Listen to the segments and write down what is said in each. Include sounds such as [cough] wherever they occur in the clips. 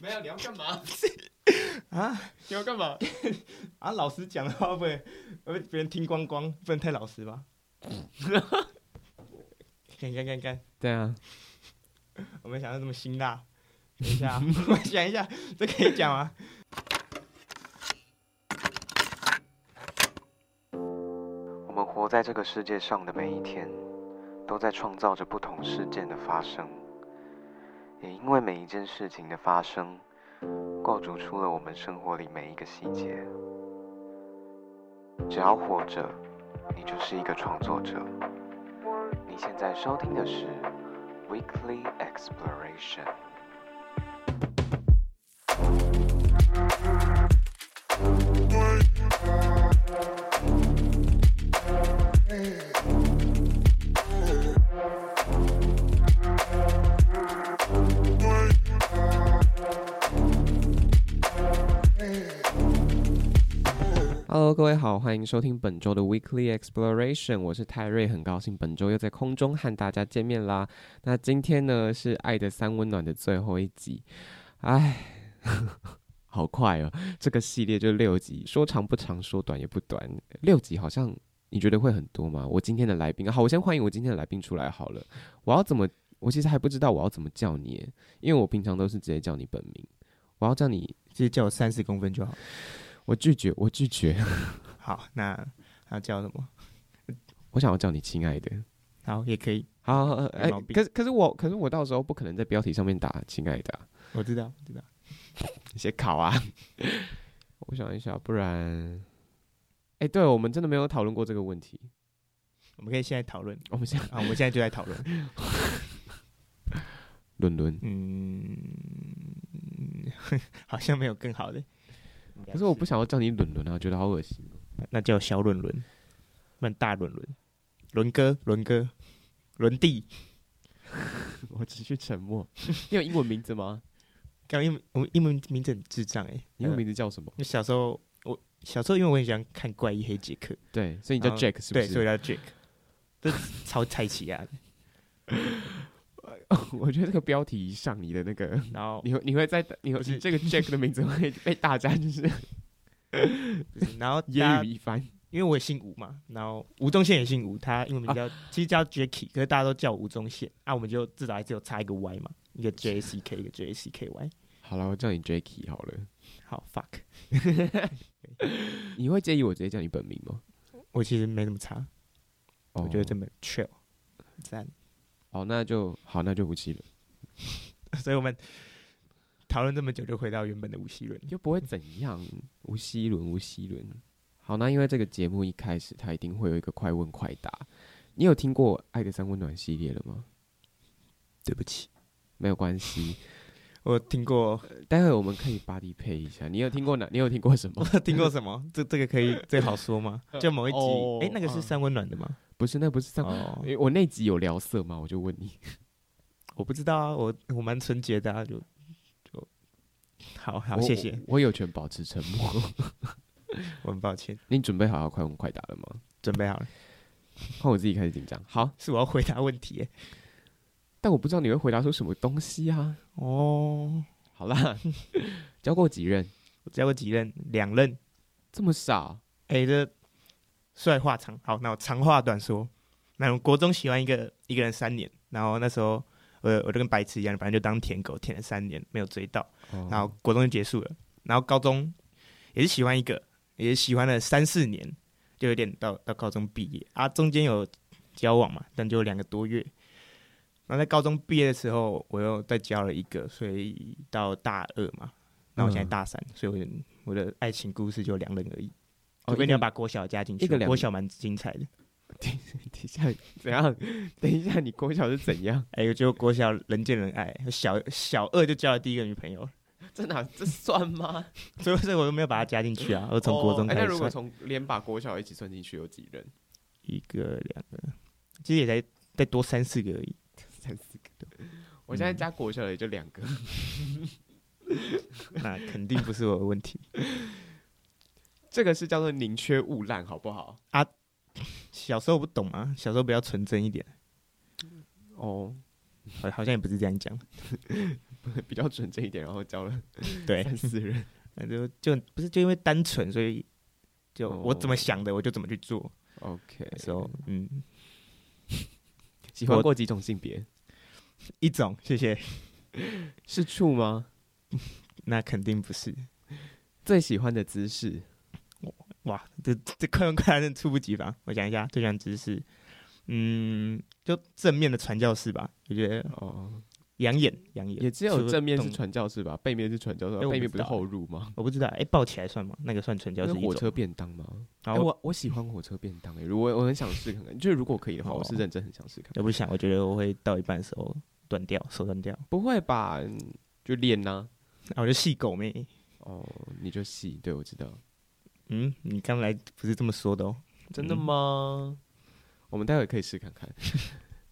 没有，你要干嘛？ [laughs] 啊你要干嘛？啊！老实讲的话，不然会被别人听光光，不能太老实 [laughs] 吧？看看看看，对啊，我没想到这么辛辣。等一下啊，我想一下，这可以讲吗？我们活在这个世界上的每一天，都在创造着不同事件的发生，也因为每一件事情的发生，构筑出了我们生活里每一个细节。只要活着，你就是一个创作者。你现在收听的是 Weekly Exploration。 Hello，各位好，欢迎收听本周的 Weekly Exploration，我是泰瑞，很高兴本周又在空中和大家见面啦。那今天呢是《爱的三温暖》的最后一集，唉， [laughs] 好快哦，这个系列就六集，说长不长，说短也不短，六集好像你觉得会很多吗？我今天的来宾，好，我先欢迎我今天的来宾出来好了。我要怎么？我其实还不知道我要怎么叫你耶，因为我平常都是直接叫你本名。我要叫你，直接叫我三十公分就好。我拒绝，我拒绝， [laughs] 好，那那叫什么？我想要叫你亲爱的。好，也可以，好，好好哎、毛病可是可是我可是我到时候不可能在标题上面打“亲爱的啊、我知道，我知道。你写考啊。 [laughs] 我想一下，不然，哎、对我们真的没有讨论过这个问题。我们可以现在讨论我们 [laughs] 想啊，我们现在就在讨论。伦伦，嗯， [laughs] 好像没有更好的。可是我不想要叫你伦伦啊，觉得好恶心。那叫小伦伦，问大伦伦，伦哥，伦哥，伦弟。我持续沉默。 [laughs] 你有英文名字吗？刚英文我英文名字很智障哎、你英文名字叫什么？我小时候我小时候因为我很喜欢看怪异黑杰克，对，所以你叫啊 Jack 是不对，所以是？我叫 Jack，这超菜奇啊亚的。 [laughs] 我觉得这个标题一上你的那个， [laughs] 然后你会你会在你会不是你这个 Jack 的名字会被大家 [laughs] 就是就是然后揶大揄家一番。因为我也姓吴嘛，然后吴宗宪也姓吴，他英文啊名叫、其实叫 Jacky，可是大家都叫我吴宗宪啊，我们就至少还是有差一个 Y 嘛，一个 J C K 一个 J C K Y。好了，我叫你 Jacky 好了。好 fuck，你会介意我直接叫你本名吗？我其实没那么差，我觉得哦这么 chill，赞。哦，那就好，那就不气了，所以我们讨论这么久，就回到原本的吴锡伦。又不会怎样。吴希伦，吴希伦。好，那因为这个节目一开始，它一定会有一个快问快答。你有听过《爱的三温暖》系列了吗？对不起，没有关系，我听过，待会我们可以 body 配一下。你有听过哪？你有听过什么？ [laughs] [laughs] 听过什么？这这个 [laughs] 可以，这个好说吗？就某一集，哎、哦那个是嗯三温暖的吗？不是，那不是三。哦，诶我那集有聊色吗？我就问你。我不知道啊，我我蛮纯洁的、啊，就就好好，我谢谢，我。我有权保持沉默。 [laughs] 我很抱歉，你准备好要快问快答了吗？准备好了，看我自己开始紧张。好，是我要回答问题耶、但我不知道你会回答出什么东西啊。哦，好啦， [laughs] 交过几任？我交过几任，两任，这么少？哎、这帅话长，好，那我长话短说。那我国中喜欢一个一个人三年，然后那时候我我就跟白痴一样，反正就当舔狗舔了三年，没有追到，哦然后国中就结束了。然后高中也是喜欢一个，也是喜欢了三四年，就有点到到高中毕业啊，中间有交往嘛，但就两个多月。然后在高中毕业的时候，我又再交了一个，所以到大二嘛，那嗯我现在大三，所以我的我的爱情故事就两人而已。哦除一非个你要把国小加进去，一个两国小蛮精彩的。等一 [laughs] 下，怎样？等一下，你国小是怎样？哎、我觉得国小人见人爱，哎小小二就交了第一个女朋友，这哪这算吗？所以所以我都没有把她加进去啊， [laughs] 我从国中哦哎开始那算。如果从连把国小一起算进去，有几人？一个两个，其实也才再多三四个而 [laughs] 已。三四个。我嗯现在加国小的也就两个。那肯定不是我的问题。这个是叫做宁缺毋滥，好不好？小时候不懂啊，小时候比较纯真一点。哦，好好像也不是这样讲， [laughs] 比较准这一点，然后教了对，三四人。 [laughs] 那就就不是就因为单纯，所以就哦我怎么想的我就怎么去做。 OK，所以嗯，喜欢我过几种性别？一种谢谢，是处吗？那肯定不是。最喜欢的姿势？哇，这这快问快答真的猝不及防。我讲一下最喜欢知识，嗯，就正面的传教士吧，我觉得哦，养眼养眼，也只有正面是传，传教士吧，背面是传教士哎吧，我背面不不知是道后入吗？我不知道，哎、抱起来算吗？那个算传教那士是一火种。车便当吗？然哎后我、我我喜欢火车便当哎、如果我很想试看看，就是如果可以的话，哦我是认真很想试看我看。不想，我觉得我会到一半的时候断掉，手断掉，不会吧？嗯就练呐、然后我就细狗妹。哦，你就细，对我知道。嗯，你刚来不是这么说的哦，真的嗯吗？我们待会可以试看看。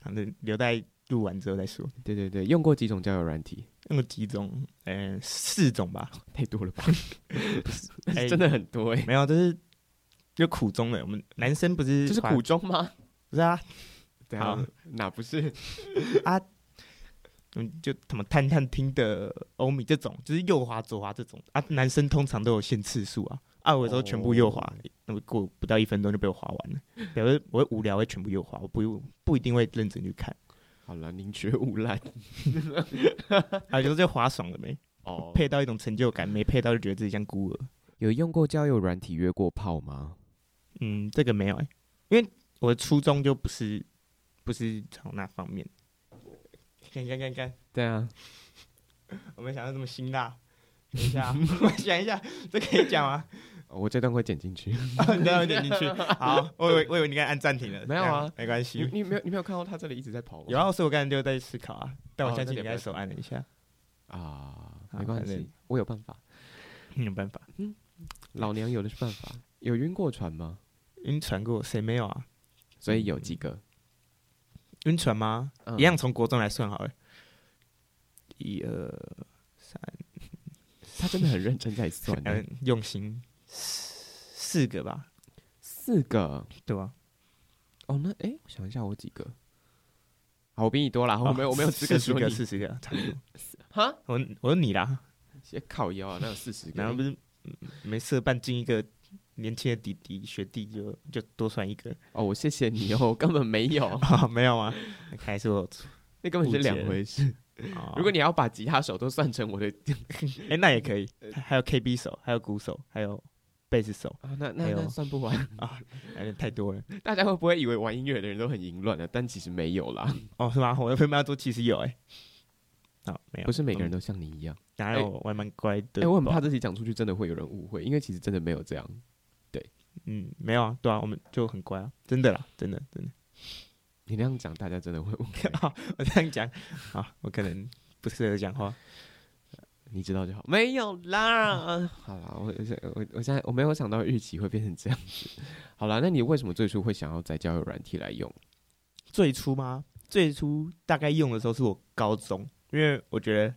反正留待录完之后再说。对对对，用过几种交友软体？那么几种，嗯、四种吧，太多了吧？哎真的很多哎、没有，这是就苦衷的。我们男生不是这是滑苦，衷吗？不是啊，怎样，哪不是？嗯，就什么探探听的欧米这种，就是右滑左滑这种啊，男生通常都有限次数啊。啊，我有时候全部右哦滑，那么过不到一分钟就被我滑完了。表示我会无聊，会全部右滑，我不不一定会认真去看。好了，宁缺毋滥啊，就是这滑爽了没？哦配到一种成就感，没配到就觉得自己像孤儿。有用过交友软体约过炮吗？嗯，这个没有哎、因为我的初衷就不是不是朝那方面。看看看看，对啊，我没想到这么辛辣。等一下啊， [laughs] 我想一下，这可以讲吗？ [laughs] 哦我这段会剪进去。啊你让我点进去。好，我以为我以为你刚才按暂停了。没有啊没关 [laughs] 你系。你没有你没有看到他这里一直在跑吗？有啊，所以我刚才就在思考啊，但我哦相信你那就应不该要手按了一下，啊，好没关反系正，我有办法。嗯没有办法。老娘有的是办法。有晕过船吗？晕船过谁没有啊？所以有几个？晕船吗？嗯一样从国中来算好了。一二三，他真的很认真在 [laughs] 算欸。嗯，用心四四个吧，四个对啊吧？哦，那诶，我想一下，我几个？好，我比你多啦，哦我没有我没有资格哦四十说个，你四十 [laughs] 个差不多。哈，我我说你啦，先靠腰啊，那有四十个，然后不是嗯没事办进一个年轻的弟弟学弟就就多算一 [laughs] 个哦，我谢谢你哦，我根本哦没 [laughs] 有，啊？没有啊，还是我错。那根本是两回事。啊如果你要把吉他手都算成我的哎、那也可以，还有 KB 手，还有鼓手，还有贝斯手，啊，那哎那呦那算不完。有点太多了。大家会不会以为玩音乐的人都很淫乱的？但其实没有啦，哦，是吗？我的朋友们要做其实有哎、好、没有， [laughs] 不是每个人都像你一样。嗯，哪有，我还蛮乖的。哎，我很怕，这题讲出去真的会有人误会，因为其实真的没有这样。嗯，没有啊，对啊，我们就很乖啊，真的啦，真的真的。你那样讲，大家真的会误会。 [laughs] 我这样讲，啊，我可能不适合讲话。你知道就好，没有啦。好啦，我我现我我现在我没有想到日期会变成这样子。好啦，那你为什么最初会想要在交友软体来用？最初吗？最初大概用的时候是我高中，因为我觉得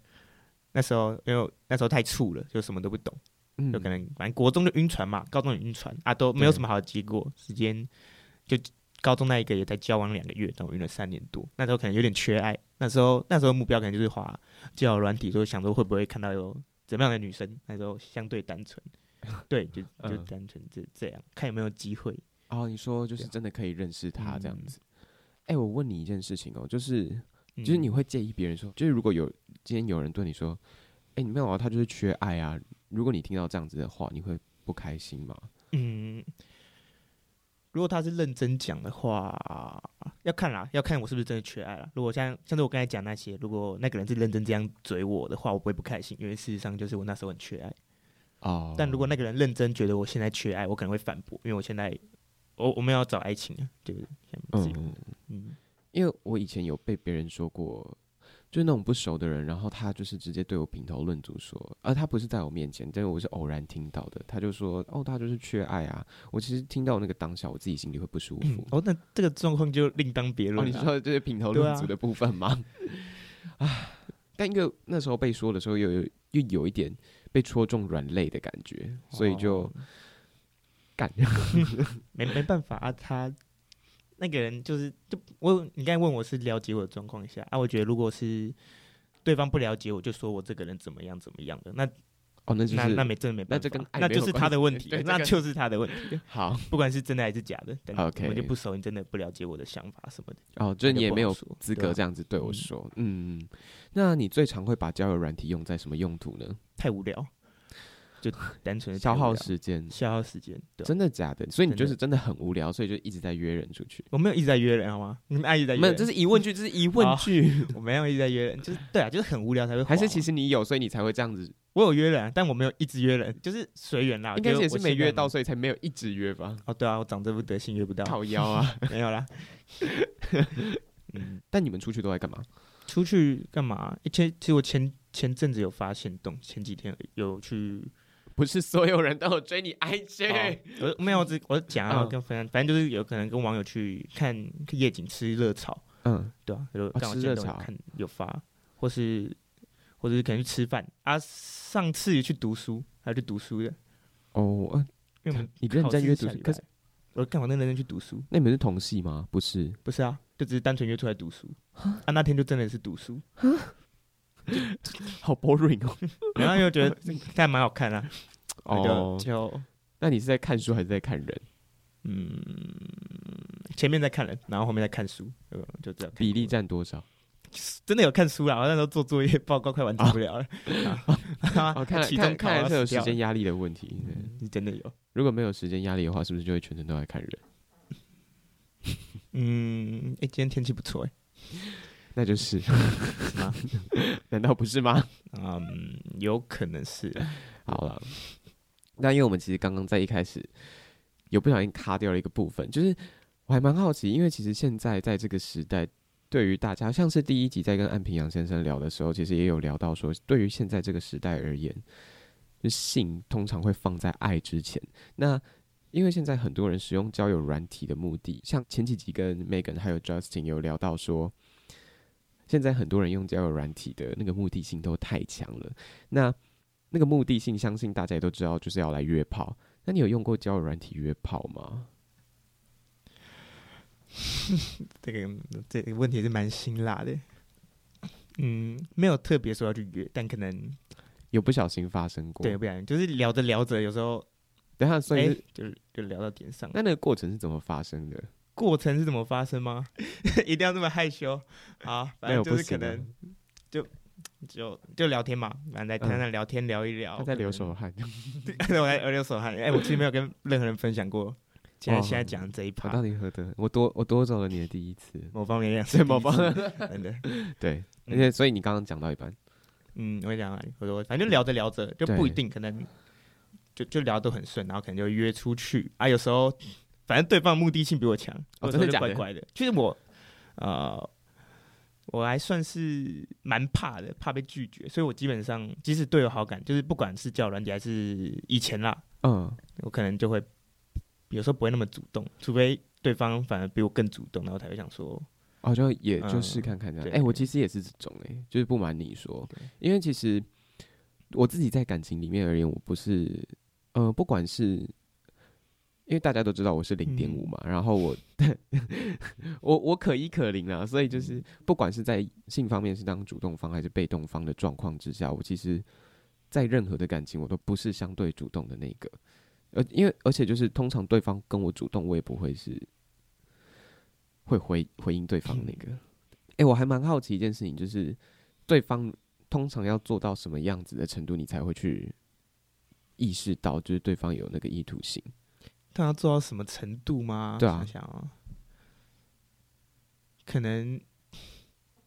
那时候因为我那时候太怵了，就什么都不懂，嗯就可能反正国中就晕船嘛，高中也晕船啊，都没有什么好的结果。时间就高中那一个也才交往两个月，但我晕了三年多，那时候可能有点缺爱。那时候那时候目标可能就是滑交友软体，就想说会不会看到有怎么样的女生。那时候相对单纯，对，就就嗯单纯这这样，看有没有机会。哦，你说就是对啊真的可以认识他这样嗯子。哎、我问你一件事情哦，就是就是嗯你会介意别人说，就是如果有今天有人对你说，哎、你没有啊，他就是缺爱啊。如果你听到这样子的话，你会不开心吗？嗯，如果他是认真讲的话，要看啦，要看我是不是真的缺爱啦。如果像像是我刚才讲那些，如果那个人是认真这样追我的话，我不会不开心，因为事实上就是我那时候很缺爱。哦，但如果那个人认真觉得我现在缺爱，我可能会反驳，因为我现在哦我我们要找爱情啊，就是嗯嗯嗯，嗯因为我以前有被别人说过，就是那种不熟的人，然后他就是直接对我评头论足说，而他不是在我面前，但是我是偶然听到的，他就说，哦，他就是缺爱啊。我其实听到那个当下，我自己心里会不舒服。嗯，哦，那这个状况就另当别哦，论你了、说这是品头对论啊足的部分吗？啊，但因为那时候被说的时候，又有又有一点被戳中软肋的感觉，所以就哦干。 [laughs] 没没办法啊，他那个人就是就我，你刚才问我是了解我的状况一下啊，我觉得如果是对方不了解，我就说我这个人怎么样怎么样的，那哦，那就那是那没真的没办法，那这跟爱那没就有是关他的系问题，对这那跟就是他的问题，好不管是真的还是假的，但 OK 我们就不熟，你真的不了解我的想法什么的，哦，就那你就也不没好有说资对格啊这样子对我嗯说。嗯，那你最常会把交友软体用在什么用途呢？太无聊，就单纯地消太无耗聊时间，消耗时间，对啊真的假的？所以你真就的是真的很无聊，所以就一直在约人出去。我没有一直在约人好吗？你们爱一直在约没有，人，这是疑问句，这是疑 [laughs] 问好句，我没有一直在约人，就是对啊，就是很无聊才会滑嘛。还是其实你有，所以你才会这样子？我有约人，但我没有一直约人，啊就是随缘啦。应该我觉得也是我没现在约到，很所以才没有一直约吧？哦，对啊，我长这副德行约不到，靠腰啊！没有啦。嗯， [laughs] 但你们出去都在干嘛？出去干嘛？诶前其实我前前阵子有发现动，前几天有去，不是所有人都有追你 IG，哦我没有，我只我讲啊，嗯跟分享，反正就是有可能跟网友去看夜景、吃热炒，嗯，对啊，有哦刚好吃见热到有炒看有发，或是或者是可能去吃饭啊。上次也去读书，还有去读书的，哦，呃因为我们你认考试真约下读书礼可拜是我干嘛那认真去读书？那你们是同系吗？不是，不是啊，就只是单纯约出来读书啊。那天就真的是读书，好 boring 然后又觉得还蛮好看啊。哦。那个哦，就那你是在看书还是在看人？嗯，前面在看人，然后后面在看书，呃就这样。比例占多少？真的有看书啦，啊我那时候做作业报告快完成不了 [laughs] 了。啊 [laughs] 哦，看来期看中考看来要是有死时掉间嗯压力的问题。对了，是真的有。如果没有时间压力的话，是不是就会全程都在看人？嗯，哎，今天天气不错哎。那就是吗？ [laughs] 难道不是吗？嗯，有可能是啊好了，那因为我们其实刚刚在一开始有不小心卡掉了一个部分，就是我还蛮好奇，因为其实现在在这个时代，对于大家像是第一集在跟安平洋先生聊的时候，其实也有聊到说，对于现在这个时代而言，就性通常会放在爱之前。那因为现在很多人使用交友软体的目的，像前几集跟 Megan 还有 Justin 有聊到说，现在很多人用交友软体的那个目的性都太强了。那那个目的性，相信大家也都知道，就是要来约炮。那你有用过交友软体约炮吗？这个这个问题是蛮辛辣的。嗯，没有特别说要去约，但可能有不小心发生过？对，，不然就是聊着聊着，有时候等一下，所以哎、是、就是就聊到点上了。那那个过程是怎么发生的？过程是怎么发生吗？ [laughs] 一定要这么害羞？好，反那有正就不是行啊可吗能哦就就聊天嘛，反正在天上聊天聊一聊。他嗯在啊流可能，手汗，对我在我流手汗。哎、我其实没有跟任何人分享过， [laughs] 现在哇现在讲这一跑趴哦到，你喝的，我夺我夺走了你的第一次，某方面也对是某第一方次真的。对，嗯而且所以你刚刚讲到一半，嗯，我讲啊，我说反正聊着聊着就不一定，可能就就聊得很顺，然后可能就约出去啊。有时候反正对方目的性比我强，哦有时候真的就假的怪怪的。其实我呃，我还算是蛮怕的，怕被拒绝，所以我基本上即使对有好感，就是不管是叫软体还是以前啦，嗯，我可能就会有时候不会那么主动，除非对方反而比我更主动，然后才会想说，哦，就也就嗯试看看这样。对哎、我其实也是这种哎、就是不瞒你说对，因为其实我自己在感情里面而言，我不是，呃，不管是。因为大家都知道我是零点五嗯嘛，然后我 [laughs] 我我可一可零啊，所以就是不管是在性方面是当主动方还是被动方的状况之下，我其实，在任何的感情我都不是相对主动的那个，呃，因为而且就是通常对方跟我主动，我也不会是会回回应对方那嗯个。哎、我还蛮好奇一件事情，就是对方通常要做到什么样子的程度，你才会去意识到，就是对方有那个意图性。看他做到什么程度吗？对啊想想啊，可能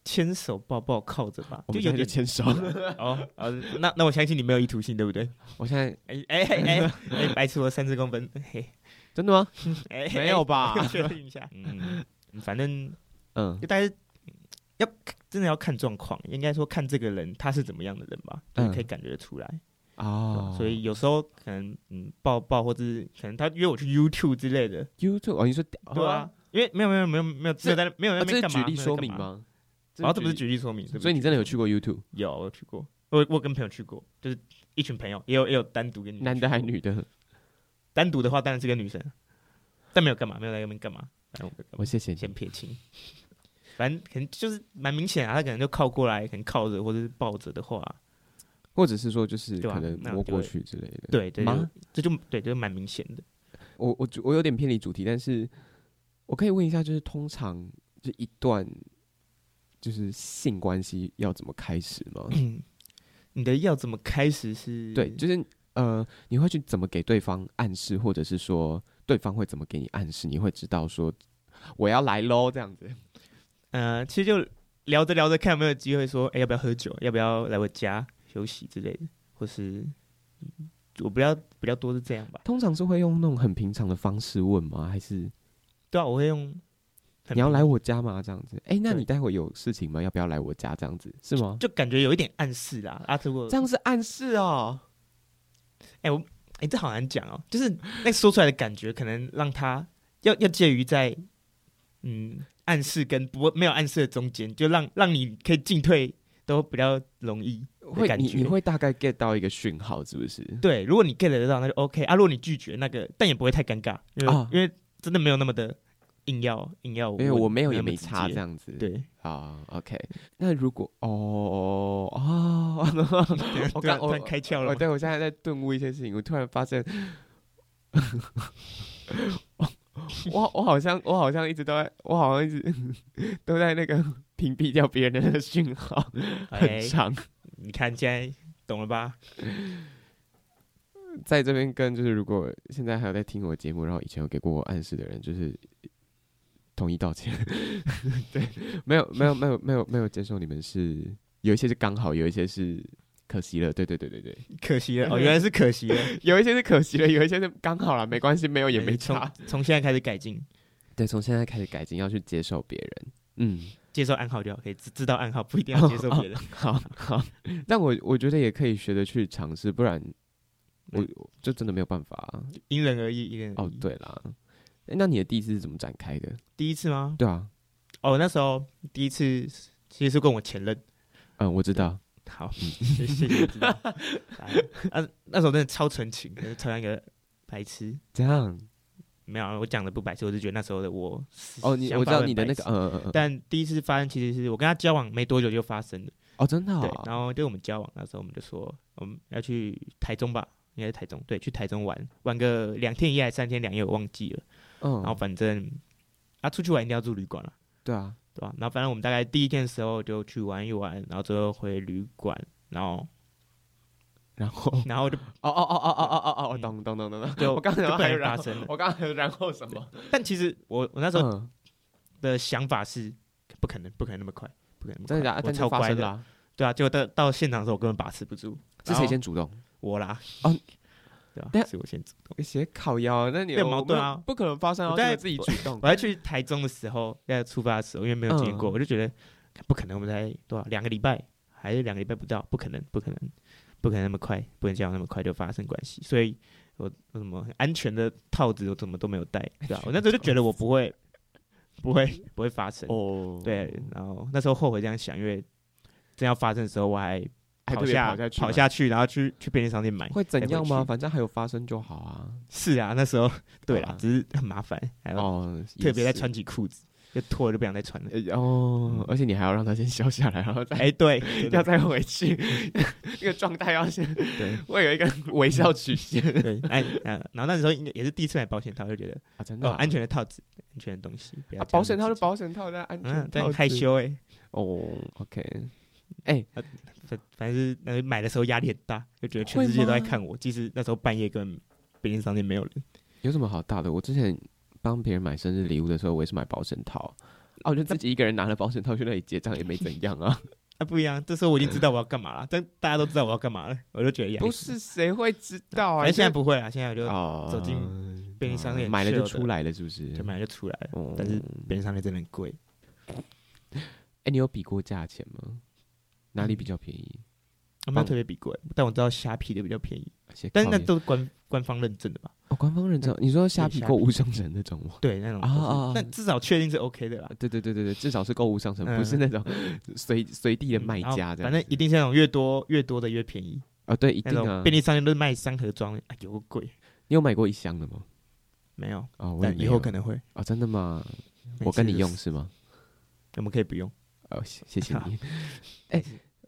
牵手、抱抱、靠着吧，我就们有现在就点 [laughs] 牵手，哦哦。那那我相信你没有意图性，对不对？ [laughs] 我现在哎哎哎哎哎，白痴，我三十公分，嘿，真的吗？哎 [laughs] 没有吧确定一 [laughs] 下，嗯，反正嗯就大家要真的要看状况，应该说看这个人他是怎么样的人吧，嗯你可以感觉得出来。对吧哦，所以有时候可能嗯抱抱，或者是可能他约我去 YouTube 之类的， YouTube 哦，你说对啊，，因为没有没有没有没有没有在那没有在啊那这边是干举嘛？没例有在说干明嘛？吗？哦然后这不是举举例说明，这不例，所以你真的有举去过 YouTube，例？有，我有去过，我我跟朋友去过，就是一群朋友，也有也有单独跟你男的还是女的？ [laughs] 单独的话当然是跟女生，但没有干嘛，没有在那边干嘛。反正我我谢谢你先。撇清。反正可能就是蛮明显啊，他可能就靠过来，可能靠着或者是抱着的话，或者是说就是对吧啊可能那摸就过会去之类的。对对吗，这就对，这就蛮明显的。 [coughs] 我我主我有点偏离主题，但是我可以问一下，就是通常就一段就是性关系要怎么开始 [clears throat] 吗？你的要怎么开始是？对，就是呃，你会去怎么给对方暗示，或者是说对方会怎么给你暗示，你会知道说我要来喽这样子。 [laughs] 呃，其实就聊着聊着，看有没有机会说，哎、要不要喝酒？要不要来我家休息之类的？或是嗯我比较比较多是这样吧。通常是会用那种很平常的方式问吗？还是对啊，我会用。你要来我家吗？这样子？哎、那对你待会有事情吗？要不要来我家？这样子是吗？就感觉有一点暗示啦。啊，如果这样是暗示哦。哎、这好难讲哦，就是那说出来的感觉，可能让他要要介于在嗯暗示跟不没有暗示的中间，就让让你可以进退都比较容易。会感你觉你会大概 get 到一个讯号，是不是？对，如果你 get 得到，那就 OK 啊。如果你拒绝，那个但也不会太尴尬，因为、啊因为真的没有那么的硬要硬要问，因为我没有那也么没直差接这。样子。对，啊，OK。那如果哦哦，我 [laughs] 突然刚突我然开窍了哦，吗，对我现在在顿悟一些事情，我突 [laughs] 然发现我，我好像我好像一直都在，我好像一直 [laughs] 都在那个屏蔽掉别人的那个讯号，很哎，长。你看现在懂了吧？在这边跟就是如果现在还有在听我节目，然后以前有给过我暗示的人，就是统一道歉。 [laughs] 对，没有没有没有没有没有接受你们是有一些是刚好，有一些是可惜了。对对对对对， [laughs] 可惜了哦，原来是可惜了，有一些是可惜了，有一些是刚好了，没关系，没 [laughs] 有也哎没从差。从现在开始改进，对，从现在开始改进，要去接受别人。 [laughs] 嗯，接受暗号就好，可以知知道暗号，不一哦定要接受别人。好好，但我我觉得也可以学着去尝试，不然我就真的没有办法啊、因人而异，因人而哦异。，，对啦，诶那你的第一次是怎么展开的？第一次吗？对啊，哦，那时候第一次其实是跟我前任。嗯，我知道。好，嗯谢谢你 [laughs] 知道。啊，那时候真的超纯情，超像一个白痴。这样没有啊，我讲的不白痴，我就觉得那时候的我是哦，你想我法知道会你的白那痴个，嗯嗯嗯嗯，但第一次发生其实是我跟他交往没多久就发生的。哦，真的哦，对，然后就我们交往那时候，我们就说我们要去台中吧，应该是台中，对，去台中玩，玩个两天一夜还是三天两夜，我忘记了。然后嗯，反正啊，出去玩一定要住旅馆了。对啊，对吧、然后反正我们大概第一天的时候就去玩一玩，然后最后回旅馆，然后 [laughs] 然 [laughs] 后然后就哦哦哦哦哦哦哦哦，我嗯懂懂懂懂懂，就我刚才就想不还小有心发然后，生了。我刚才有然后什么？但其实我我那时候嗯，的想法是，不可能不可能那么快，不可能那么快真的假的？我但超就发乖生的，了哦啊，对啊，结果到到现场的时候我根本把持不住，是然后谁先主动？我啦，哦， [laughs] 对吧、等下是我先主动。 [laughs] 写烤腰，那你没有我矛没盾有啊不可能发生啊，我这个在自己主 [laughs] 动我在去台中的时候，在出发的时候，因为没有经历过，嗯我就觉得不可能，我们才多少两个礼拜，还是两个礼拜不到，不可能，不可能，不可能那么快，不能这样那么快就发生关系，所以我我怎么很安全的套子我怎么都没有带， [laughs] 对吧、啊我那时候就觉得我不会，不会，不会发生，哦，对，然后那时候后悔这样想，因为真要发生的时候我还还特别下跑下去跑吗下去，然后去去便利商店买。会怎样再回吗？去反正还有发生就好啊。是啊，那时候 [laughs] 对好啦啊，只是很麻烦，还有哦，也特别在是穿起裤子，就脱了就不想再穿了。呃哦，而且你还要让它先消下来，然后再哎、 [laughs] 对，要再回去， [laughs] 那个状态要先对会有一个微笑曲 [laughs] 线对，哎、啊然后那时候应该也是第一次买保险套，就觉得啊，真的哦，啊安全的套子，安全的东西，不要啊，这样保险套子是保险套，但安全嗯，套但是害羞哎、哦。OK，反反正是那买的时候压力很大，就觉得全会世界都在吗看我，即使那时候半夜跟便利商店没有人，有什么好大的？我之前帮别人买生日礼物的时候，我也是买保险套，啊，我就自己一个人拿了保险套去那里结账，也没怎样 [laughs] 啊。啊不一样，这时候我已经知道我要干嘛了，但大家都知道我要干嘛了，我就觉得压力不，是谁会知道啊？哎反正现在就不会了，现在我就、哦，走进便利商店哦买了就 sale 的出来了，是不是？就买了就出来了，哦但是便利商店真的很贵，哎，你有比过价钱吗？哪嗯里比较便宜？我没有棒特别比贵，但我知道虾皮的比较便宜，而且但是那靠也都是官官方认证的吧。哦，官方认证，你说虾皮虾购皮物商城那种吗？ [laughs] 对，那种啊都是啊啊那至少确定是 OK 的啦。对对对对对，至少是购物商城，不是嗯那种 [laughs] 随随地的卖然后家这样反子。正一定是那种越多越多的越便宜。啊，对，一那定啊啊种。便利商店都是卖三盒装的，哎，有个贵。你有买过一箱的吗？没有，啊、哦，我也但没以后有可能会。啊、真的吗？每我跟次你用，是吗？我们可以不用。哦，谢 [laughs] 谢谢你。哎、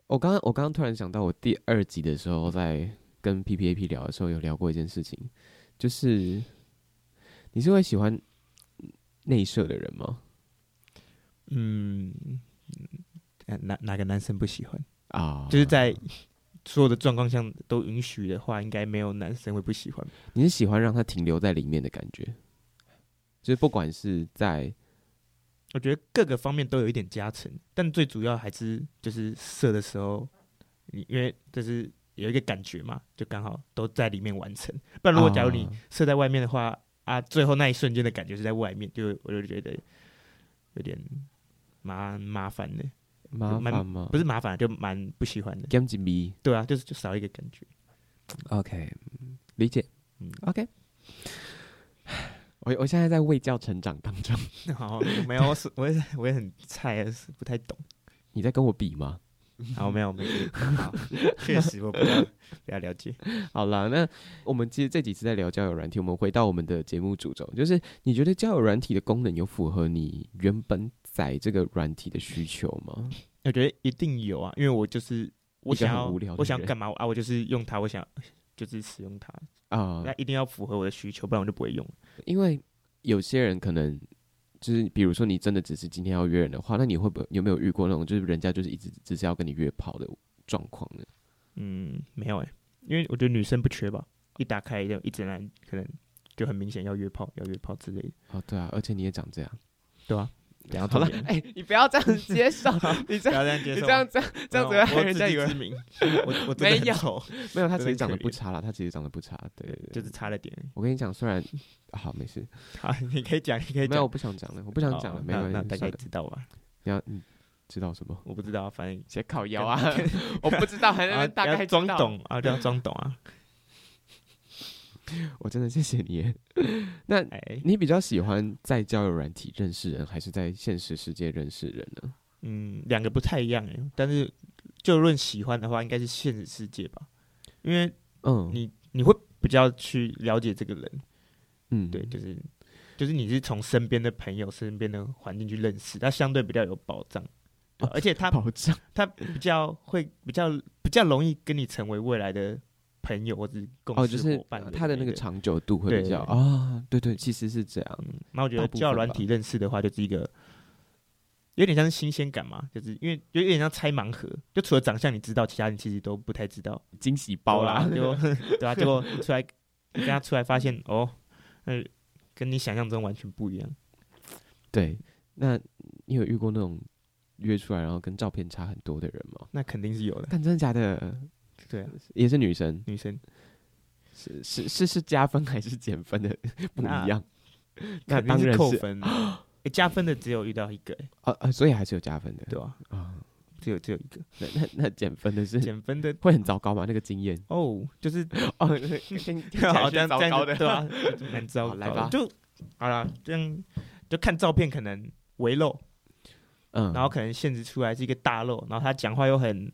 我刚刚我刚刚突然想到，我第二集的时候在跟 P P A P 聊的时候，有聊过一件事情，就是你是会喜欢内射的人吗？嗯，嗯呃哪哪个男生不喜欢？啊，就是在所有的状况下都允许的话，应该没有男生会不喜欢。你是喜欢让它停留在里面的感觉，就是不管是在我觉得各个方面都有一点加成，但最主要还是就是射的时候，你因为就是有一个感觉嘛，就刚好都在里面完成。不然如果假如你啊射在外面的话，啊，最后那一瞬间的感觉是在外面，就我就觉得有点蛮麻烦的，麻蛮烦吗？不是是麻烦，就蛮不喜欢的。 g a m e B 对啊，就是就少一个感觉。 OK，嗯理解。嗯 OK，我我现在在为教成长当中， [laughs] 好，没有，我是我也我也很菜，啊是不太懂。你在跟我比吗？好，没有没有，好确实我不要不要了解。好啦，那我们其实这几次在聊交友软体，我们回到我们的节目主轴，就是你觉得交友软体的功能有符合你原本在这个软体的需求吗？我觉得一定有啊，因为我就是我一个想很要无聊的我想要人干嘛啊，我就是用它，我想就是使用它，啊、那一定要符合我的需求，不然我就不会用。因为有些人可能就是，比如说你真的只是今天要约人的话，那你会不会有没有遇过那种就是人家就是一直只是要跟你约炮的状况呢？嗯，没有哎、因为我觉得女生不缺吧，一打开就一直来，可能就很明显要约炮，要约炮之类的，哦，对啊，而且你也长这样，对啊？然后好了， [laughs] 哎、你不要这样 [laughs] 接受，你这不要样这样接你受吗，这样这样这样子会没有害我人自家知以为之明我我真的没很有丑，没有，他其真的实长得可不怜差啦，他其实长得不差，对对对，就是差了点 [laughs] 而已。我跟你讲，虽然好没事，好，你可以讲，你可以没有，讲我，不想哎讲了，我不想讲了，哦没那关那系，大家也算了。哦知道吧？你要你知道什么？我不知道，反正写烤腰啊，我不知道，还在 [laughs] 啊那边大要概装知道。懂啊，就要装懂啊。我真的谢谢你。 [laughs] 那哎，你比较喜欢在交友软体认识人，还是在现实世界认识人呢？嗯，两个不太一样哎，但是就论喜欢的话，应该是现实世界吧，因为嗯你你会比较去了解这个人，嗯，对，就是就是你是从身边的朋友、身边的环境去认识，他相对比较有保障，对哦而且他保障他比较会比较比较容易跟你成为未来的朋友或者是共哦，就事是伙伴之类的、他的那个长久度会对比较对啊，对对，其实是这样。嗯，那我觉得大部分交友软吧体认识的话，就是一个有点像是新鲜感嘛，就是因为有点像拆盲盒，就除了长相你知道，其他你其实都不太知道。惊喜包包 [laughs] 啦，结果对啊，结果出来跟他出来发现哦，那跟你想象中完全不一样。对。那你有遇过那种约出来然后跟照片差很多的人吗？那肯定是有的，看真的假的？对啊，也是女生，女生是是是是加分还是减分的不一样？那肯定当然是扣是分的、 [gasps] 诶加分的只有遇到一个、诶啊啊，所以还是有加分的。对吧、啊，只有只有一 [laughs] 个那那那减分的是减分的会很糟糕吗？那个经验哦，就是 [laughs] 哦， [laughs] 那个听听起来好是像糟这样糕子的，对吧、就蛮糟糕好来吧的，就好了，这样就看照片可能微露，嗯，然后可能现实出来是一个大漏，然后他讲话又很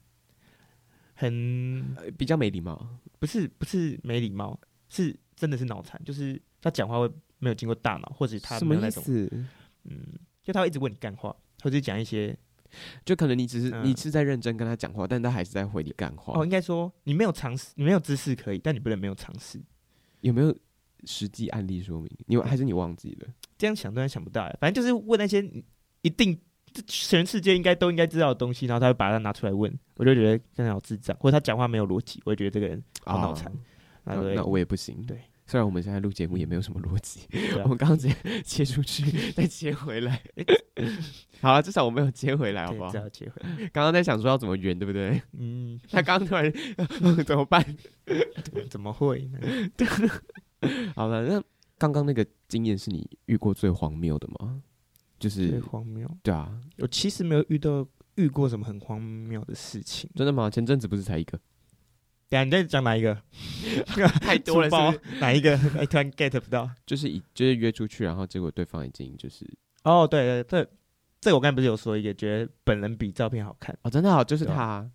很呃比较没礼貌不是不是没礼貌，是真的是脑残，就是他讲话会没有经过大脑，或者他什没么有那意种思？嗯，就他会一直问你干话，或者讲一些就可能你只是嗯你是在认真跟他讲话，但他还是在回你干哦，话应，该说你没有尝试，你没有知识可以，但你不能没有尝试。有没有实际案例说明？你哦还是你忘记了？这样想当然想不到欸，反正就是问那些一定这全世界应该都应该知道的东西，然后他会把它拿出来问，我就觉得真的好智障，或者他讲话没有逻辑，我就觉得这个人好脑残啊。啊那对那我也不行。对。嗯虽然我们现在录节目也没有什么逻辑，对啊我们刚刚直接切出去， [laughs] 再切回来。好了，啊至少我没有切回来，好对不好这？要结婚，刚刚在想说要怎么圆，对不 [laughs] 对？嗯，他刚刚突然 [laughs] 怎么办？怎么会呢？好了，那刚刚那个经验是你遇过最荒谬的吗？就最是荒谬。对啊，我其实没有遇到遇过什么很荒谬的事情。真的吗？前阵子不是才一个，等一下你在讲哪一个？太粗包哪一个？哎，突然 get 不到。就是一就是约出去，然后结果对方已经就是哦，对对，这这我刚才不是有说一个，觉得本人比照片好看。哦，真的好，就是对啊他啊。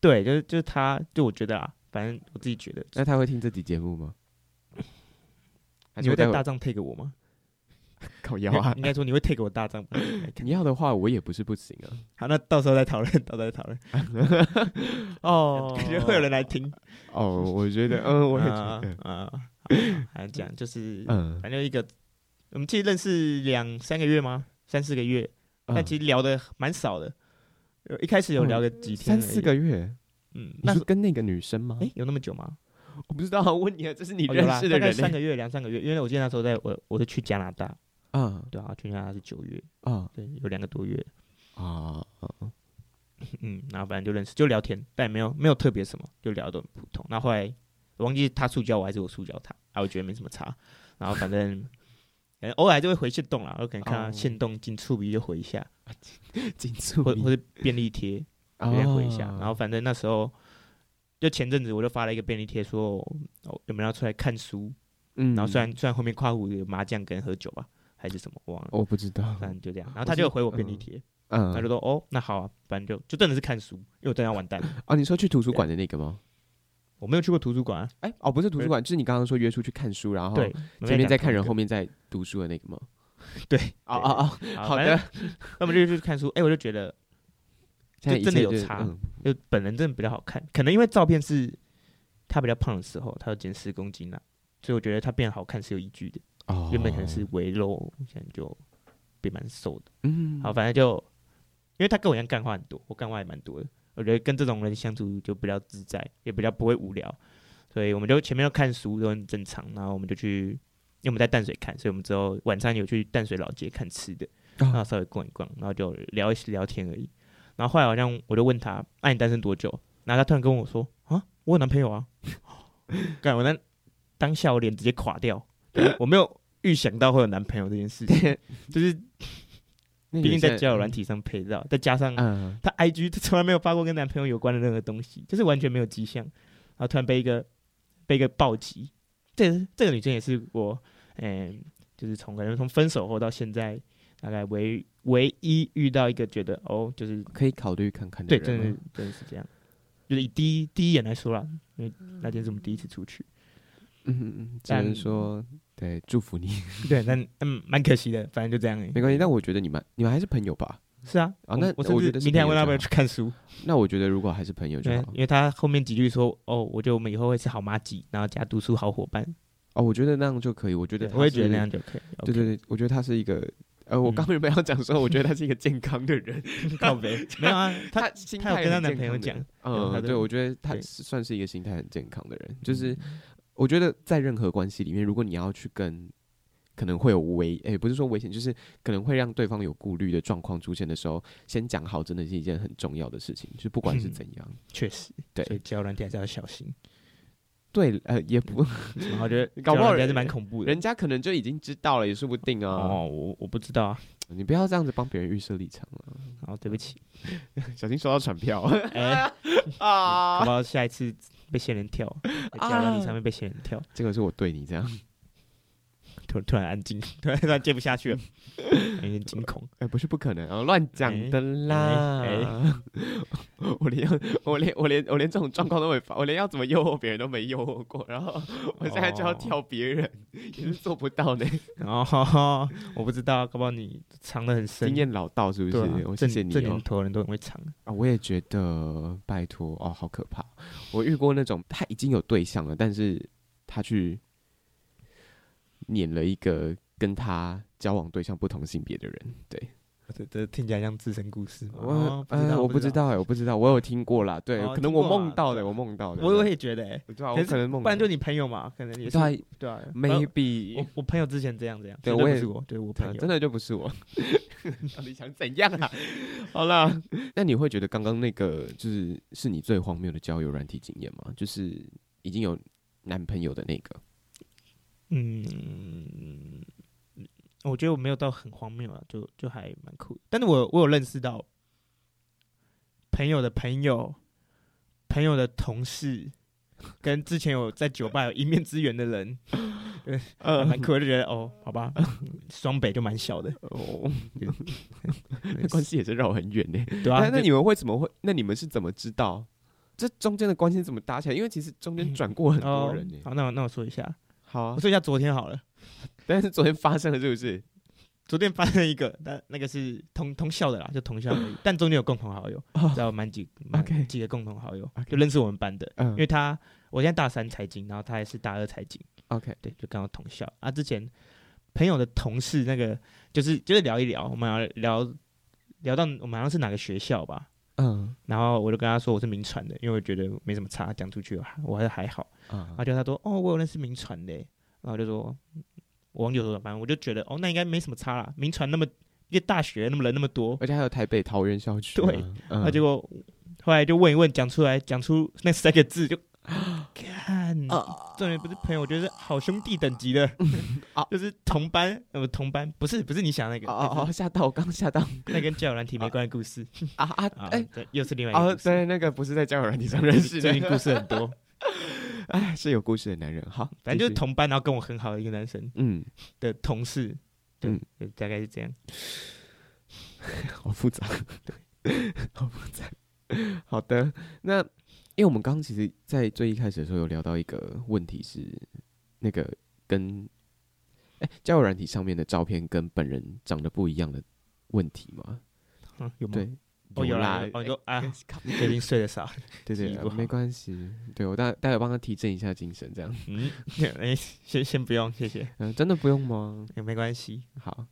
对，就是就是他，就我觉得啊，反正我自己觉得，那他会听这集节目吗？还你是会我在待会大帐 take 我 [laughs] 吗？靠腰啊应？该说你会 take 我大帐吧？你要的话，我也不是不行啊。好，那到时候再讨论，到时候再讨 [laughs] 论，哦感觉会有人来听。 [laughs] 哦，我觉得， [laughs] 嗯，我也觉啊得，啊，还讲就是，嗯，反正一个，我们其实认识两三个月吗？三四个月，但嗯其实聊的蛮少的。有一开始有聊个几天，三四，个月，嗯，你那是跟那个女生吗？哎，有那么久吗？我不知道，问你啊，这是你哦认有啦识大的概人欸三呢？个月，两三个月，因为我记得那时候在我我是去加拿大，啊对啊，去加拿大是九月，啊对，有两个多月，啊！啊嗯，然后反正就认识，就聊天，但也没有没有特别什么，就聊得都很普通。那后来我忘记他塑胶我还是我塑胶他，啊，我觉得没什么差。然后反正反正偶尔还是会回线动啦，我可能看哦到线动进触鼻就回一下， [laughs] 紧促或你或者便利贴哦有点回一下。然后反正那时候就前阵子我就发了一个便利贴说，哦，有没有要出来看书？嗯然后虽然虽然后面跨湖有麻将跟喝酒吧，还是什么我忘了。我不知道，反正就这样，然后我他是就有回我便利嗯贴，他嗯就说：“哦，那好啊，反正就就真的是看书，因为我真的要完蛋了，啊，你说去图书馆的那个吗？我没有去过图书馆啊、哎，哦，不是图书馆，就是你刚刚说约出去看书，然后对，前面在看人，人后面在读书的那 [laughs] 个吗？对，哦哦哦，对好，对的反，正 [laughs] 那么就去看书，哎，我就觉得现在一真的切有 [laughs] 就是差嗯就本人真的比较好看，可能因为照片是他比较胖的时候，他要减十公斤啦、所以我觉得他变好看是有依据的，哦，原本可能是围肉，现在就变蛮瘦的，嗯好，反正就因为他跟我一样干话很多，我干话也蛮多的，我觉得跟这种人相处就比较自在，也比较不会无聊，所以我们就前面要看书都很正常，然后我们就去。因为我们在淡水看，所以我们之后晚上有去淡水老街看吃的，然后啊稍微逛一逛，然后就聊一聊天而已。然后后来好像我就问他，那、啊你单身多久？然后他突然跟我说，啊，我有男朋友啊。干，我那当下我脸直接垮掉，我没有预想到会有男朋友这件事 [laughs] 情，就是那毕你竟现在交友软体上配到，再加上嗯，他 IG 他从来没有发过跟男朋友有关的任何东西，就是完全没有迹象，然后突然被一个被一个暴击。这这个女生也是我，嗯、就是从可能从分手后到现在，大概唯唯一遇到一个觉得哦，就是可以考虑看看的对，真的人是吗，真的是这样，就是以第一第一眼来说啦，因为那天是我们第一次出 [laughs] 去，嗯 [laughs] 嗯嗯，只但能说对，祝福你，对，但嗯蛮可惜的，反正就这样而已。没关系。但我觉得你们你们还是朋友吧。是啊，啊我那我我甚觉得至是明天还朋友问他要不要就去看书，那我觉得如果还是朋友就对，好因为他后面几句说哦，我觉得我们以后会是好妈鸡，然后加读书好伙伴，哦，我觉得那样就可以。我觉得对，他我也觉得是那样就可以。对对对，我觉得他是一个，呃，我嗯刚原本要讲说，我觉得他是一个健康的人，对， [laughs] 靠北没有啊，他心他有态跟很他男健朋友康的讲人，有他的嗯，对，我觉得他对嗯是算是一个心态很健康的人， [laughs] 就是我觉得在任何关系里面，如果你要去跟可能会有危，诶、不是说危险，就是可能会让对方有顾虑的状况出现的时候，先讲好，真的是一件很重要的事情，就不管是嗯怎样，确实，对所以交友软体还是要小 [laughs] 心。对，呃，也不，然后我觉得搞不好交友软体还人是蛮恐怖的。人家可能就已经知道了，也说不定啊，哦，我我不知道啊，你不要这样子帮别人预设立场了、哦，对不 [laughs] 起，小心收到传票哎， [laughs] 搞啊！不好下一次被仙人跳， [laughs] 在交友软体上面被仙人跳， [laughs] 这个是我对你这样，突突然安静， [laughs] 突然突然接不下去 [laughs] 了，有点惊恐。哎、不是不可能啊，乱讲的啦！哎 [laughs] 我连要我连我连我连这种状况都没发，我连要怎么诱惑别人都没诱惑过，然后我现在就要哦跳别人，也是做不到呢。然后哦 [laughs] 我不知道，搞不好你藏得很深经。验老道是不是？对啊，我谢这谢你这哦年、头人都很会藏。啊！我也觉得，拜托哦，好可怕！我遇过那种他已经有对象了，但是他去撵了一个跟他交往对象不同性别的人，对。这这呃听起来像自身故事吗。我、哦呃我不知。道哎，我不知道，我有听过啦，对，哦可能听我过啊梦到的，对我梦到的，我我对也觉得，哎，对啊，我可是可能梦不到，然就你朋友嘛，可能也是对啊对啊不然 [laughs] ，maybe，我我朋友之前这样这样，对绝我不也是我，嗯对我朋啊友真的就不是 [laughs] 我， [laughs] 到底想怎样啊？好啦，那你会觉得刚刚那个就是是你最荒谬的交友软体经验吗？就是已经有男朋友的那个，嗯，我觉得我没有到很荒谬啊，就就还蛮酷的。但是我我有认识到朋友的朋友、朋友的同 [laughs] 事，跟之前有在酒吧有一面之缘的 [laughs] 人，还蛮酷的，就觉得哦，好吧， [laughs] 双北就蛮小的，哦，那 [laughs] 关系也是绕很远呢。对 [laughs] 啊那，那就你们会怎么会？那你们是怎么知道？这中间的关系怎么搭起来？因为其实中间转过很多人呢、哦哦好，那我那我说一下，好啊我，说一下昨天好了。 [laughs] 但是昨天发生了是不是？昨天发生一个，但那个是同同校的啦，就同校而已， [laughs] 但中间有共同好友，哦知道蛮几蛮 OK 几个共同好友， OK 就认识我们班的。嗯因为他我现在大三财经，然后他也是大二财经， ，OK，对，就刚好同校啊。之前朋友的同事那个就是就是聊一聊，我们聊聊聊到我们好像是哪个学校吧，嗯然后我就跟他说我是民传的，因为我觉得没什么差，讲出去我还还好。啊然后就他说哦，我有认识民传的欸，然后我就说嗯我忘记我说什么，反正我就觉得哦，那应该没什么差啦，民传那么一个大学那么人那么多，而且还有台北桃园校区啊，对嗯，那结果后来就问一问，讲出来讲出那三个字就干，哦重点不是朋友，我觉得是好兄弟等级 [laughs] 的啊，就是同班呃同班，不是不是你想那个哦哦那哦，是 [laughs] 吓到我，刚吓到那跟交友软体没关的故事啊 [laughs] 啊啊，哎。对，又是另外一个哦，故事，对，那个不是在交友软体上认识最近的，故事很多， [laughs] 哎，是有故事的男人。好，反正就是继续，同班，然后跟我很好的一个男生嗯，的同事，对嗯，就大概是这样。好复杂， [laughs] 好复杂。好的，那因为我们刚刚其实，在最一开始的时候有聊到一个问题是，那个跟哎、交友软体上面的照片跟本人长得不一样的问题嘛？嗯，有吗？对，哦，有有啦啦，，有哦，哎有啊，靠最近睡得少，对记对忆不，好没关系，对我待待会帮他提振一下精神，这样， [laughs] 嗯，哎，先先不用，谢谢，嗯、真的不用吗？也哎没关系，好，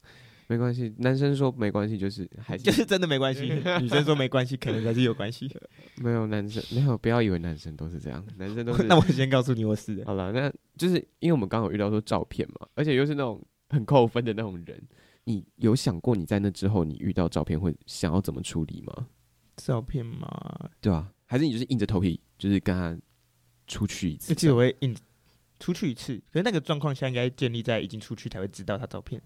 没关系，男生说没关系，就是还 [laughs] 是就是真的没关系。女生说没关系，可能才是有关系。。没有男生，没有，不要以为男生都是这样，男生都是 [laughs] 那我先告诉你，我是的。好了，那就是因为我们刚好遇到说照片嘛，而且又是那种很扣分的那种人，你有想过你在那之后你遇到照片会想要怎么处理吗？照片嘛，对啊，还是你就是硬着头皮就是跟他出去一次这这次样？我会硬出去一次，可是那个状况下应该建立在已经出去才会知道他照片。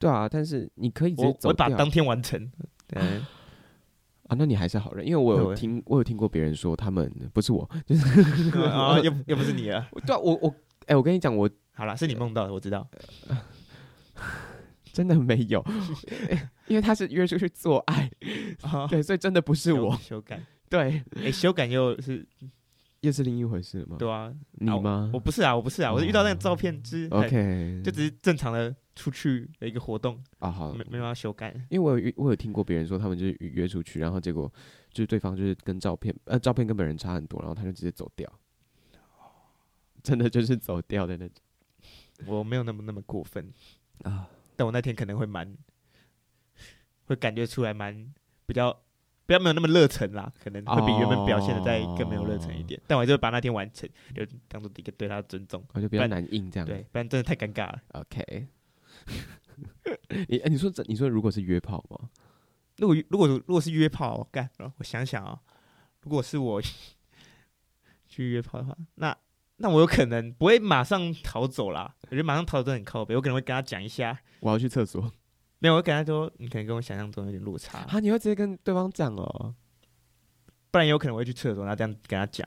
对啊，但是你可以直我接我走会把掉当天完 [laughs] 成。嗯，啊，那你还是好人，因为我有对听我有听过别人说他们不是我，啊，又又不是你了。对啊，我我哎、我跟你讲，我好啦，是你梦到的，我知道。真的没 [laughs] 有，哎因为他是约出去做爱，啊，对，所以真的不是 [laughs] 是我，修改。对，哎，修改又是又是另一回事了吗？对啊，你吗我不是啊，我不是啊，我遇到那个照片就是很？OK，就只是正常的出去的一个活动，啊好，没没有要修改。因为我有遇我有听过别人说，他们就是约出去，然后结果就是对方就是跟照片呃照片跟本人差很多，然后他就直接走掉，哦真的就是走掉的那种我没有那么那么过分，啊。但我那天可能会蛮，会感觉出来蛮比较比较没有那么热忱啦，可能哦会比原本表现的再更没有热忱一点。但我还是会把那天完成，就当做一个对他的尊重。我就比不较然难应这样子。对，不然真的太尴尬了。 OK，你、哎你说这你说如果是约炮吗？如果如果如果是约炮，我干，我想想啊、如果是我 [laughs] 去约炮的话，那那我有可能不会马上逃走啦，我觉得马上逃走真的很靠北，我可能会跟他讲一下，我要去厕所没有，我会跟他说，你可能跟我想象中有点落差。啊！你会直接跟对方讲哦。不然有可能我会去厕所，然后这样跟他 [laughs] 讲，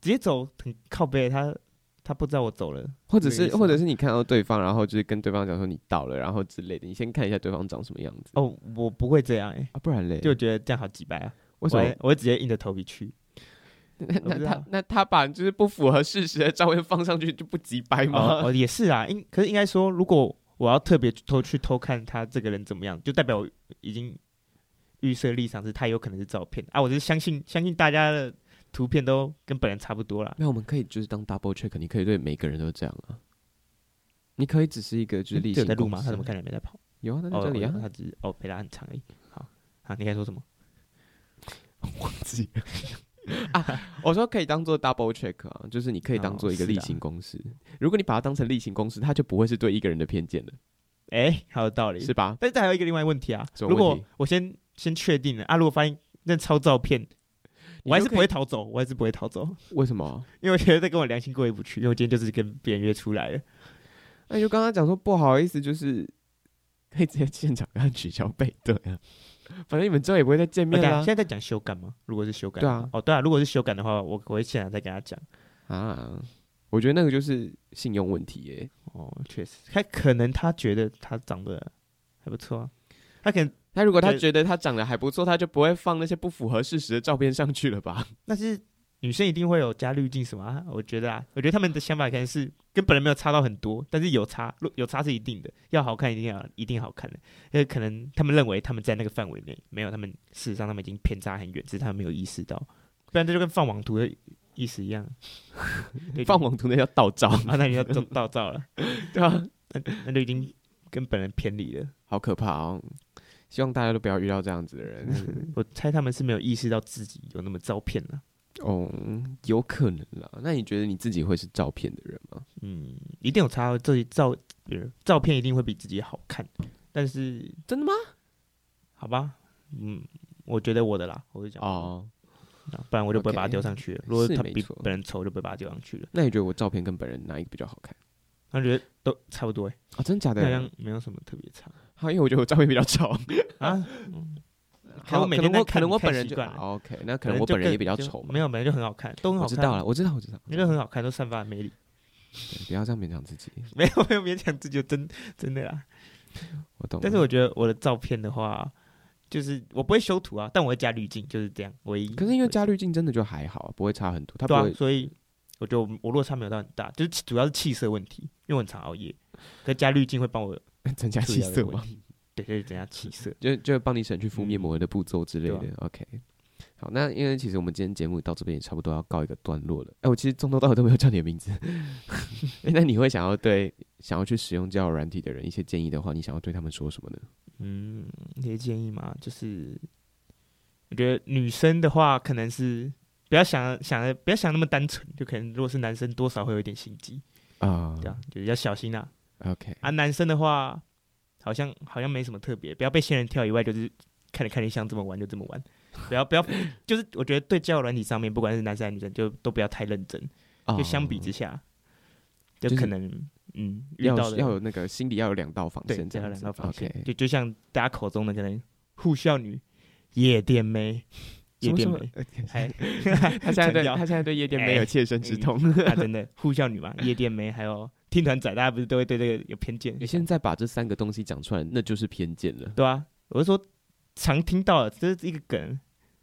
直接走很靠背，他他不知道我走了，或者这个意是，思吗或者是你看到对方，然后就是跟对方讲说你到了，然后之类的，你先看一下对方长什么样子哦，我不会这样哎、啊，不然嘞，就我觉得这样好几百啊，为什我么会？我会直接硬着头皮去， [laughs] 那我不那知他道那他把就是不符合事实的照片放上去就不急掰吗？哦，哦也是啊，应可是应该说，如果我要特别偷去偷看他这个人怎么样，就代表我已经预设立场是他有可能是照片啊，我只是相信相信大家的图片都跟本人差不多啦，那我们可以就是当 double check，你可以对每个人都这样啊。你可以只是一个就是例这有行在录公吗？事他怎么看起来没在跑？有啊，他在哦这里啊哦，他只是哦陪他很长而已。好，好，你该说什么？自己啊，我说可以当做 double check 啊，就是你可以当做一个哦是啊例行公事。如果你把它当成例行公事，它就不会是对一个人的偏见了，哎、好有道理，是吧？但是这还有一个另外问题啊，什么如问果题我先先确定了啊，如果发现那抄照片，我还是不会逃走，我还是不会逃走， [laughs] 为什么？因为我觉得这跟我良心过意不去，因为我今天就是跟别人约出来了，那哎你就跟他讲说不好意思，就是可以直接现场跟他取消背对啊，反正你们之后也不会再见哦面等一下啦现。在在讲修改吗？如果是修改的话，对啊哦对啊，如果是修改的话，我我会现场再跟他讲。啊，我觉得那个就是信用问题耶、哦，确实，他可能他觉得他长得还不错、啊，他可能他如果他对 [laughs] 觉得他长得还不错，他就不会放那些不符合事实的照片上去了吧？那是女生一定会有加滤镜什么、啊，我觉得啊，我觉得他们的想法可能是跟本人没有差到很多，但是有差，如有差是一定的，要好看一定要一定好看的，因为可能他们认为他们在那个范围内没有，他们事实上他们已经偏差很远，只是他们没有意识到，不然这就跟放网图的意思一 [laughs] 样，对放网图那叫盗照， [laughs] 啊，那你要照照照了， [laughs] 对啊，那就已经跟本人偏离了。好可怕哦！希望大家都不要遇到这样子的 [laughs] 人。我猜他们是没有意识到自己有那么遭骗了。哦，有可能啦。那你觉得你自己会是照片的人吗？嗯，一定有差哦，这照呃照片一定会比自己好看，但是真的吗？好吧，嗯，我觉得我的啦，我就讲，哦，啊不然我就不会把它 OK，丢上去了。如果是他没比错本人丑，我就不会把它丢上去了。那你觉得我照片跟本人哪一个比较好看？他觉得都差不多欸，啊、真的假好的像？没有什么特别差好，因为我觉得我照片比较丑。啊。好，我每 [laughs] 嗯可天能在我看可能我看本人习就惯了好 OK，那 [laughs] 可能我就本人更也比较就丑嘛。没有，本人就很好看，都很我好知看，道了，我知道，我知道，你都很好看，都散发魅力。不要这样勉强自己。没有 [laughs] 没有勉强自己，真真的啦。我懂了。但是我觉得我的照片的话，就是我不会修图啊，但我会加滤镜，就是这样唯一。可是因为加滤镜真的就还好，不会差很多。它不对啊会，所以我觉得我我落差没有到很大，就是气主要是气色问题，因为我很常熬夜，可加滤镜会帮我增加注哎气意到这色个问吗？题。对对，怎样气色？就就帮你省去敷面膜的步骤之类的。对 OK，好，那因为其实我们今天节目到这边也差不多要告一个段落了。哎、我其实从头到尾都没有叫你的名字。哎那你会想要对想要去使用交友软体的人一些建议的话，你想要对他们说什么呢？嗯，一些建议嘛，就是我觉得女生的话，可能是不要想想的不要想那么单纯，就可能如果是男生，多少会有一点心机，啊、对啊，就是要小心啊。 o k 啊，男生的话，好像好像没什么特别，不要被仙人跳以外，就是看你看你想怎么玩就这么玩，不要不 [laughs] 要，就是我觉得对交友软体上面，不管是男生还是女生，就都不要太认真，就相比之下，就哦就是可能嗯遇要到有的要有那个心里要有两道防对线，这这样样子两道防线 OK，就就像大家口中的可能护校女、夜店妹、什夜么店什么妹，哎还 [laughs] 他现在强对调他现在对夜店没有哎切身之痛。啊真的 [laughs] 护校女嘛，夜店妹，还有听团仔，大家不是都会对这个有偏见你？现在把这三个东西讲出来，那就是偏见了。对啊，我是说常听到的，这是一个梗，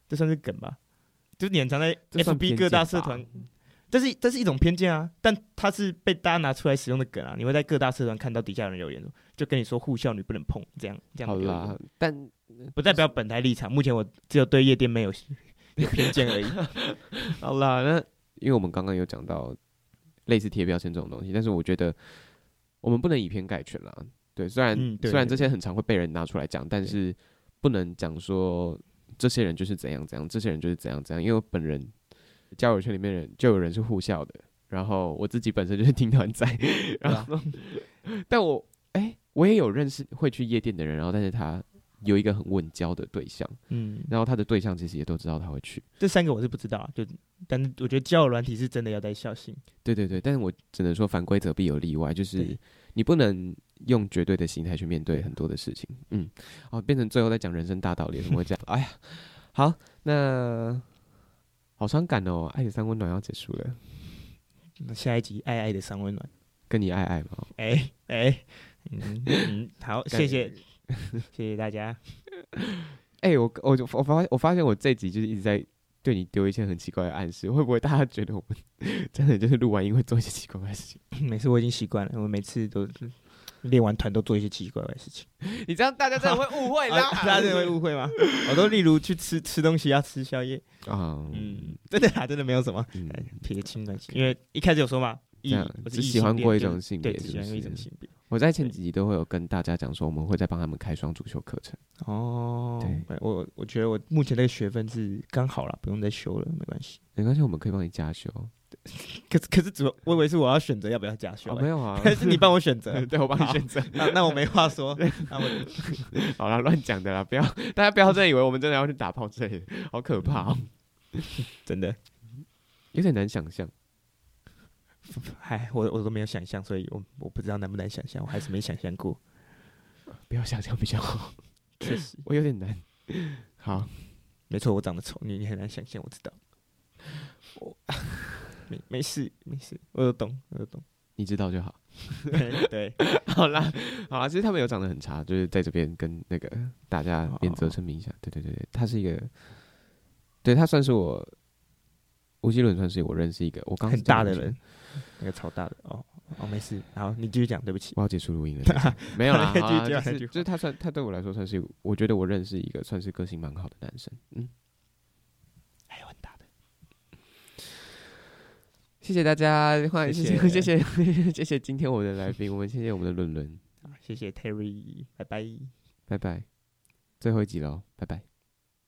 这算是梗吧？就是你很常在这算偏 FB 见各大社团吧，这是这是一种偏见啊，但它是被大家拿出来使用的梗啊。你会在各大社团看到底下有人留言说，就跟你说护校女不能碰，这样这样好的留言啦，但不代表本台立场。目前我只有对夜店没有 [laughs] 有偏见 [laughs] 而已。好啦，那因为我们刚刚有讲到类似贴标签这种东西，但是我觉得我们不能以偏概全啦。对，虽然、嗯对虽然对这些很常会被人拿出来讲，但对是不能讲说这些人就是怎样怎样，这些人就是怎样怎样，因为我本人交友圈里面人就有人是互笑的，然后我自己本身就是听团 [laughs] 仔，啊然后、但我哎、我也有认识会去夜店的人，然后但是他有一个很稳交的对象，嗯，然后他的对象其实也都知道他会去。这三个我是不知道啊，就但是我觉得交友软体是真的要再小心。对对对，但是我只能说犯规则必有例外，就是对你不能用绝对的心态去面对很多的事情。嗯，哦，变成最后在讲人生大道理，怎么会这样？ [laughs] 哎呀，好，那好伤感哦，爱的三温暖要结束了，那下一集爱爱的三温暖。跟你爱爱吗？哎哎，嗯嗯，好，谢谢谢谢大 [laughs] 家。哎、我我就我发我发现我这集就是一直在对你丢一些很奇怪的暗示，会不会大家觉得我们 [laughs] 真的就是录完音会做一些奇怪的事情？每次我已经习惯了，我每次都是练完团都做一些奇奇怪怪的事情。啊你这样大家真的会误会啦，大家真的会误会吗？我都例如去吃吃东西要吃宵夜，啊，嗯，真的啊，真的没有什么嗯，撇清关系，因为一开始有说嘛，异这样我是只异喜欢恋过一就种性别对，只是喜不欢过一是种性别。我在前对几集都会有跟大家讲说，我们会再帮他们开双主修课程。哦，对我我觉得我目前这个学分是刚好了，不用再修了，没关系。没关系，我们可以帮你加修。可是可是主要我以为是我要选择要不要加修哦，，没 [laughs] 有啊，，还是你帮我选择 [laughs] 对我帮你选择。那那我没话说，那 [laughs] 我好啦，乱讲的啦，不要大家不要真的以为我们真的要去打炮之类的，好可怕哦，真的有点难想象。嗨，我我都没有想象，所以我我不知道难不难想象，我还是没想象过。不要想象比较好， [laughs] 确实，我有点难。好，没错，我长得丑，你你很难想象，我知道。我没没事没事，我都懂，我都 [laughs] 懂。你知道就好。对，好啦，好啦，其实他们有长得很差，就是在这边跟那个大家哦免责声明一下。对对对对，他是一个，对他算是我吴奇伦算是我认识一个我刚很大的人，，那个超大的哦哦，没事，好，你继续讲，对不起，我要结束录音了对 [laughs] 不起，没有啦，继续好啦继续就是继续就是他算他对我来说算是，我觉得我认识一个算是个性蛮好的男生，嗯，哎还有很大的，谢谢大家，欢迎谢谢谢谢 [laughs] 谢谢谢谢今天我们的来宾，我们谢谢我们的伦伦，好谢谢 Terry，拜拜。拜拜，最后一集喽，拜拜。